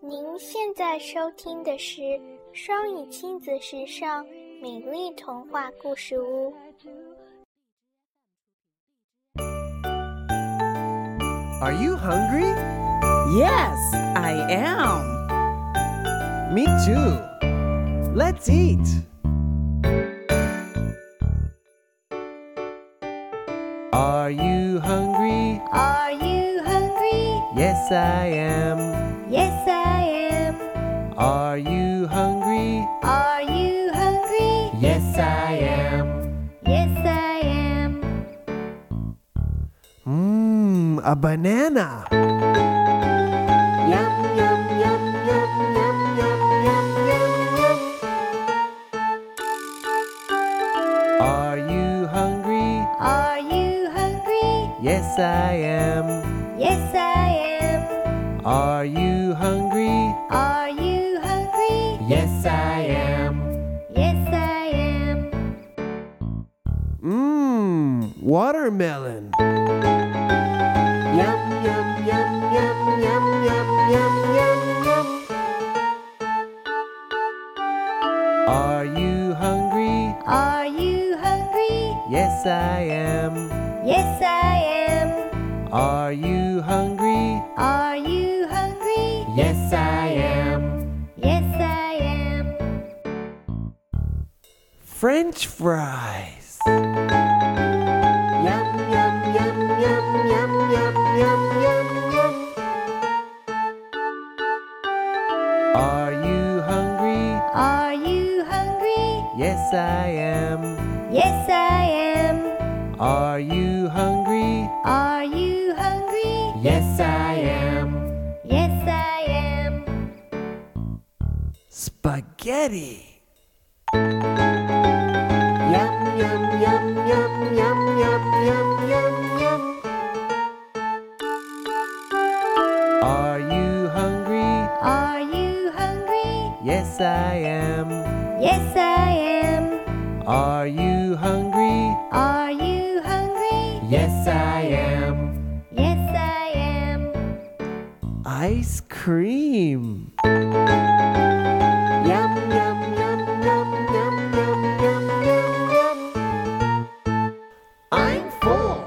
您现在收听的是《双语亲子时尚美丽童话故事屋》。 Are you hungry? Yes, I am. Me too. Let's eat. 'Are you hungry? Are you hungry? Yes, I am. Yes, I am. Are you hungry? Are you hungry? Yes, I am. Yes, I am. Mmm, a banana. Yum, yum, yum, yum, yum, yum, yum, yum, yum. Are you hungry? Are you hungry? Yes, I am. Yes, I am. Are you hungry? Are you hungry? Yes, I am. Yes, I am. Mmm, watermelon. Yum, yum, yum, yum, yum, yum, yum, yum, yum. Are you hungry? Are you hungry? Yes, I am. Yes, I am. Are you hungry? Are you hungry? Yes, I am. Yes, I am. French fries. Yum, yum, yum, yum, yum, yum, yum, yum, yum. Are you hungry? Are you hungry? Yes, I am. Yes, I am. Are you hungry? Are you hungry? Yes, I am. Yes, I am. Spaghetti. Yum, yum, yum, yum, yum, yum, yum, yum, yum. Are you hungry? Are you hungry? Yes, I am. Yes, I am. Are you hungry? Are you hungry? Yes, I am. Yes, I am. Ice cream. Yum, yum, yum, yum, yum, yum, yum, yum, yum. I'm full.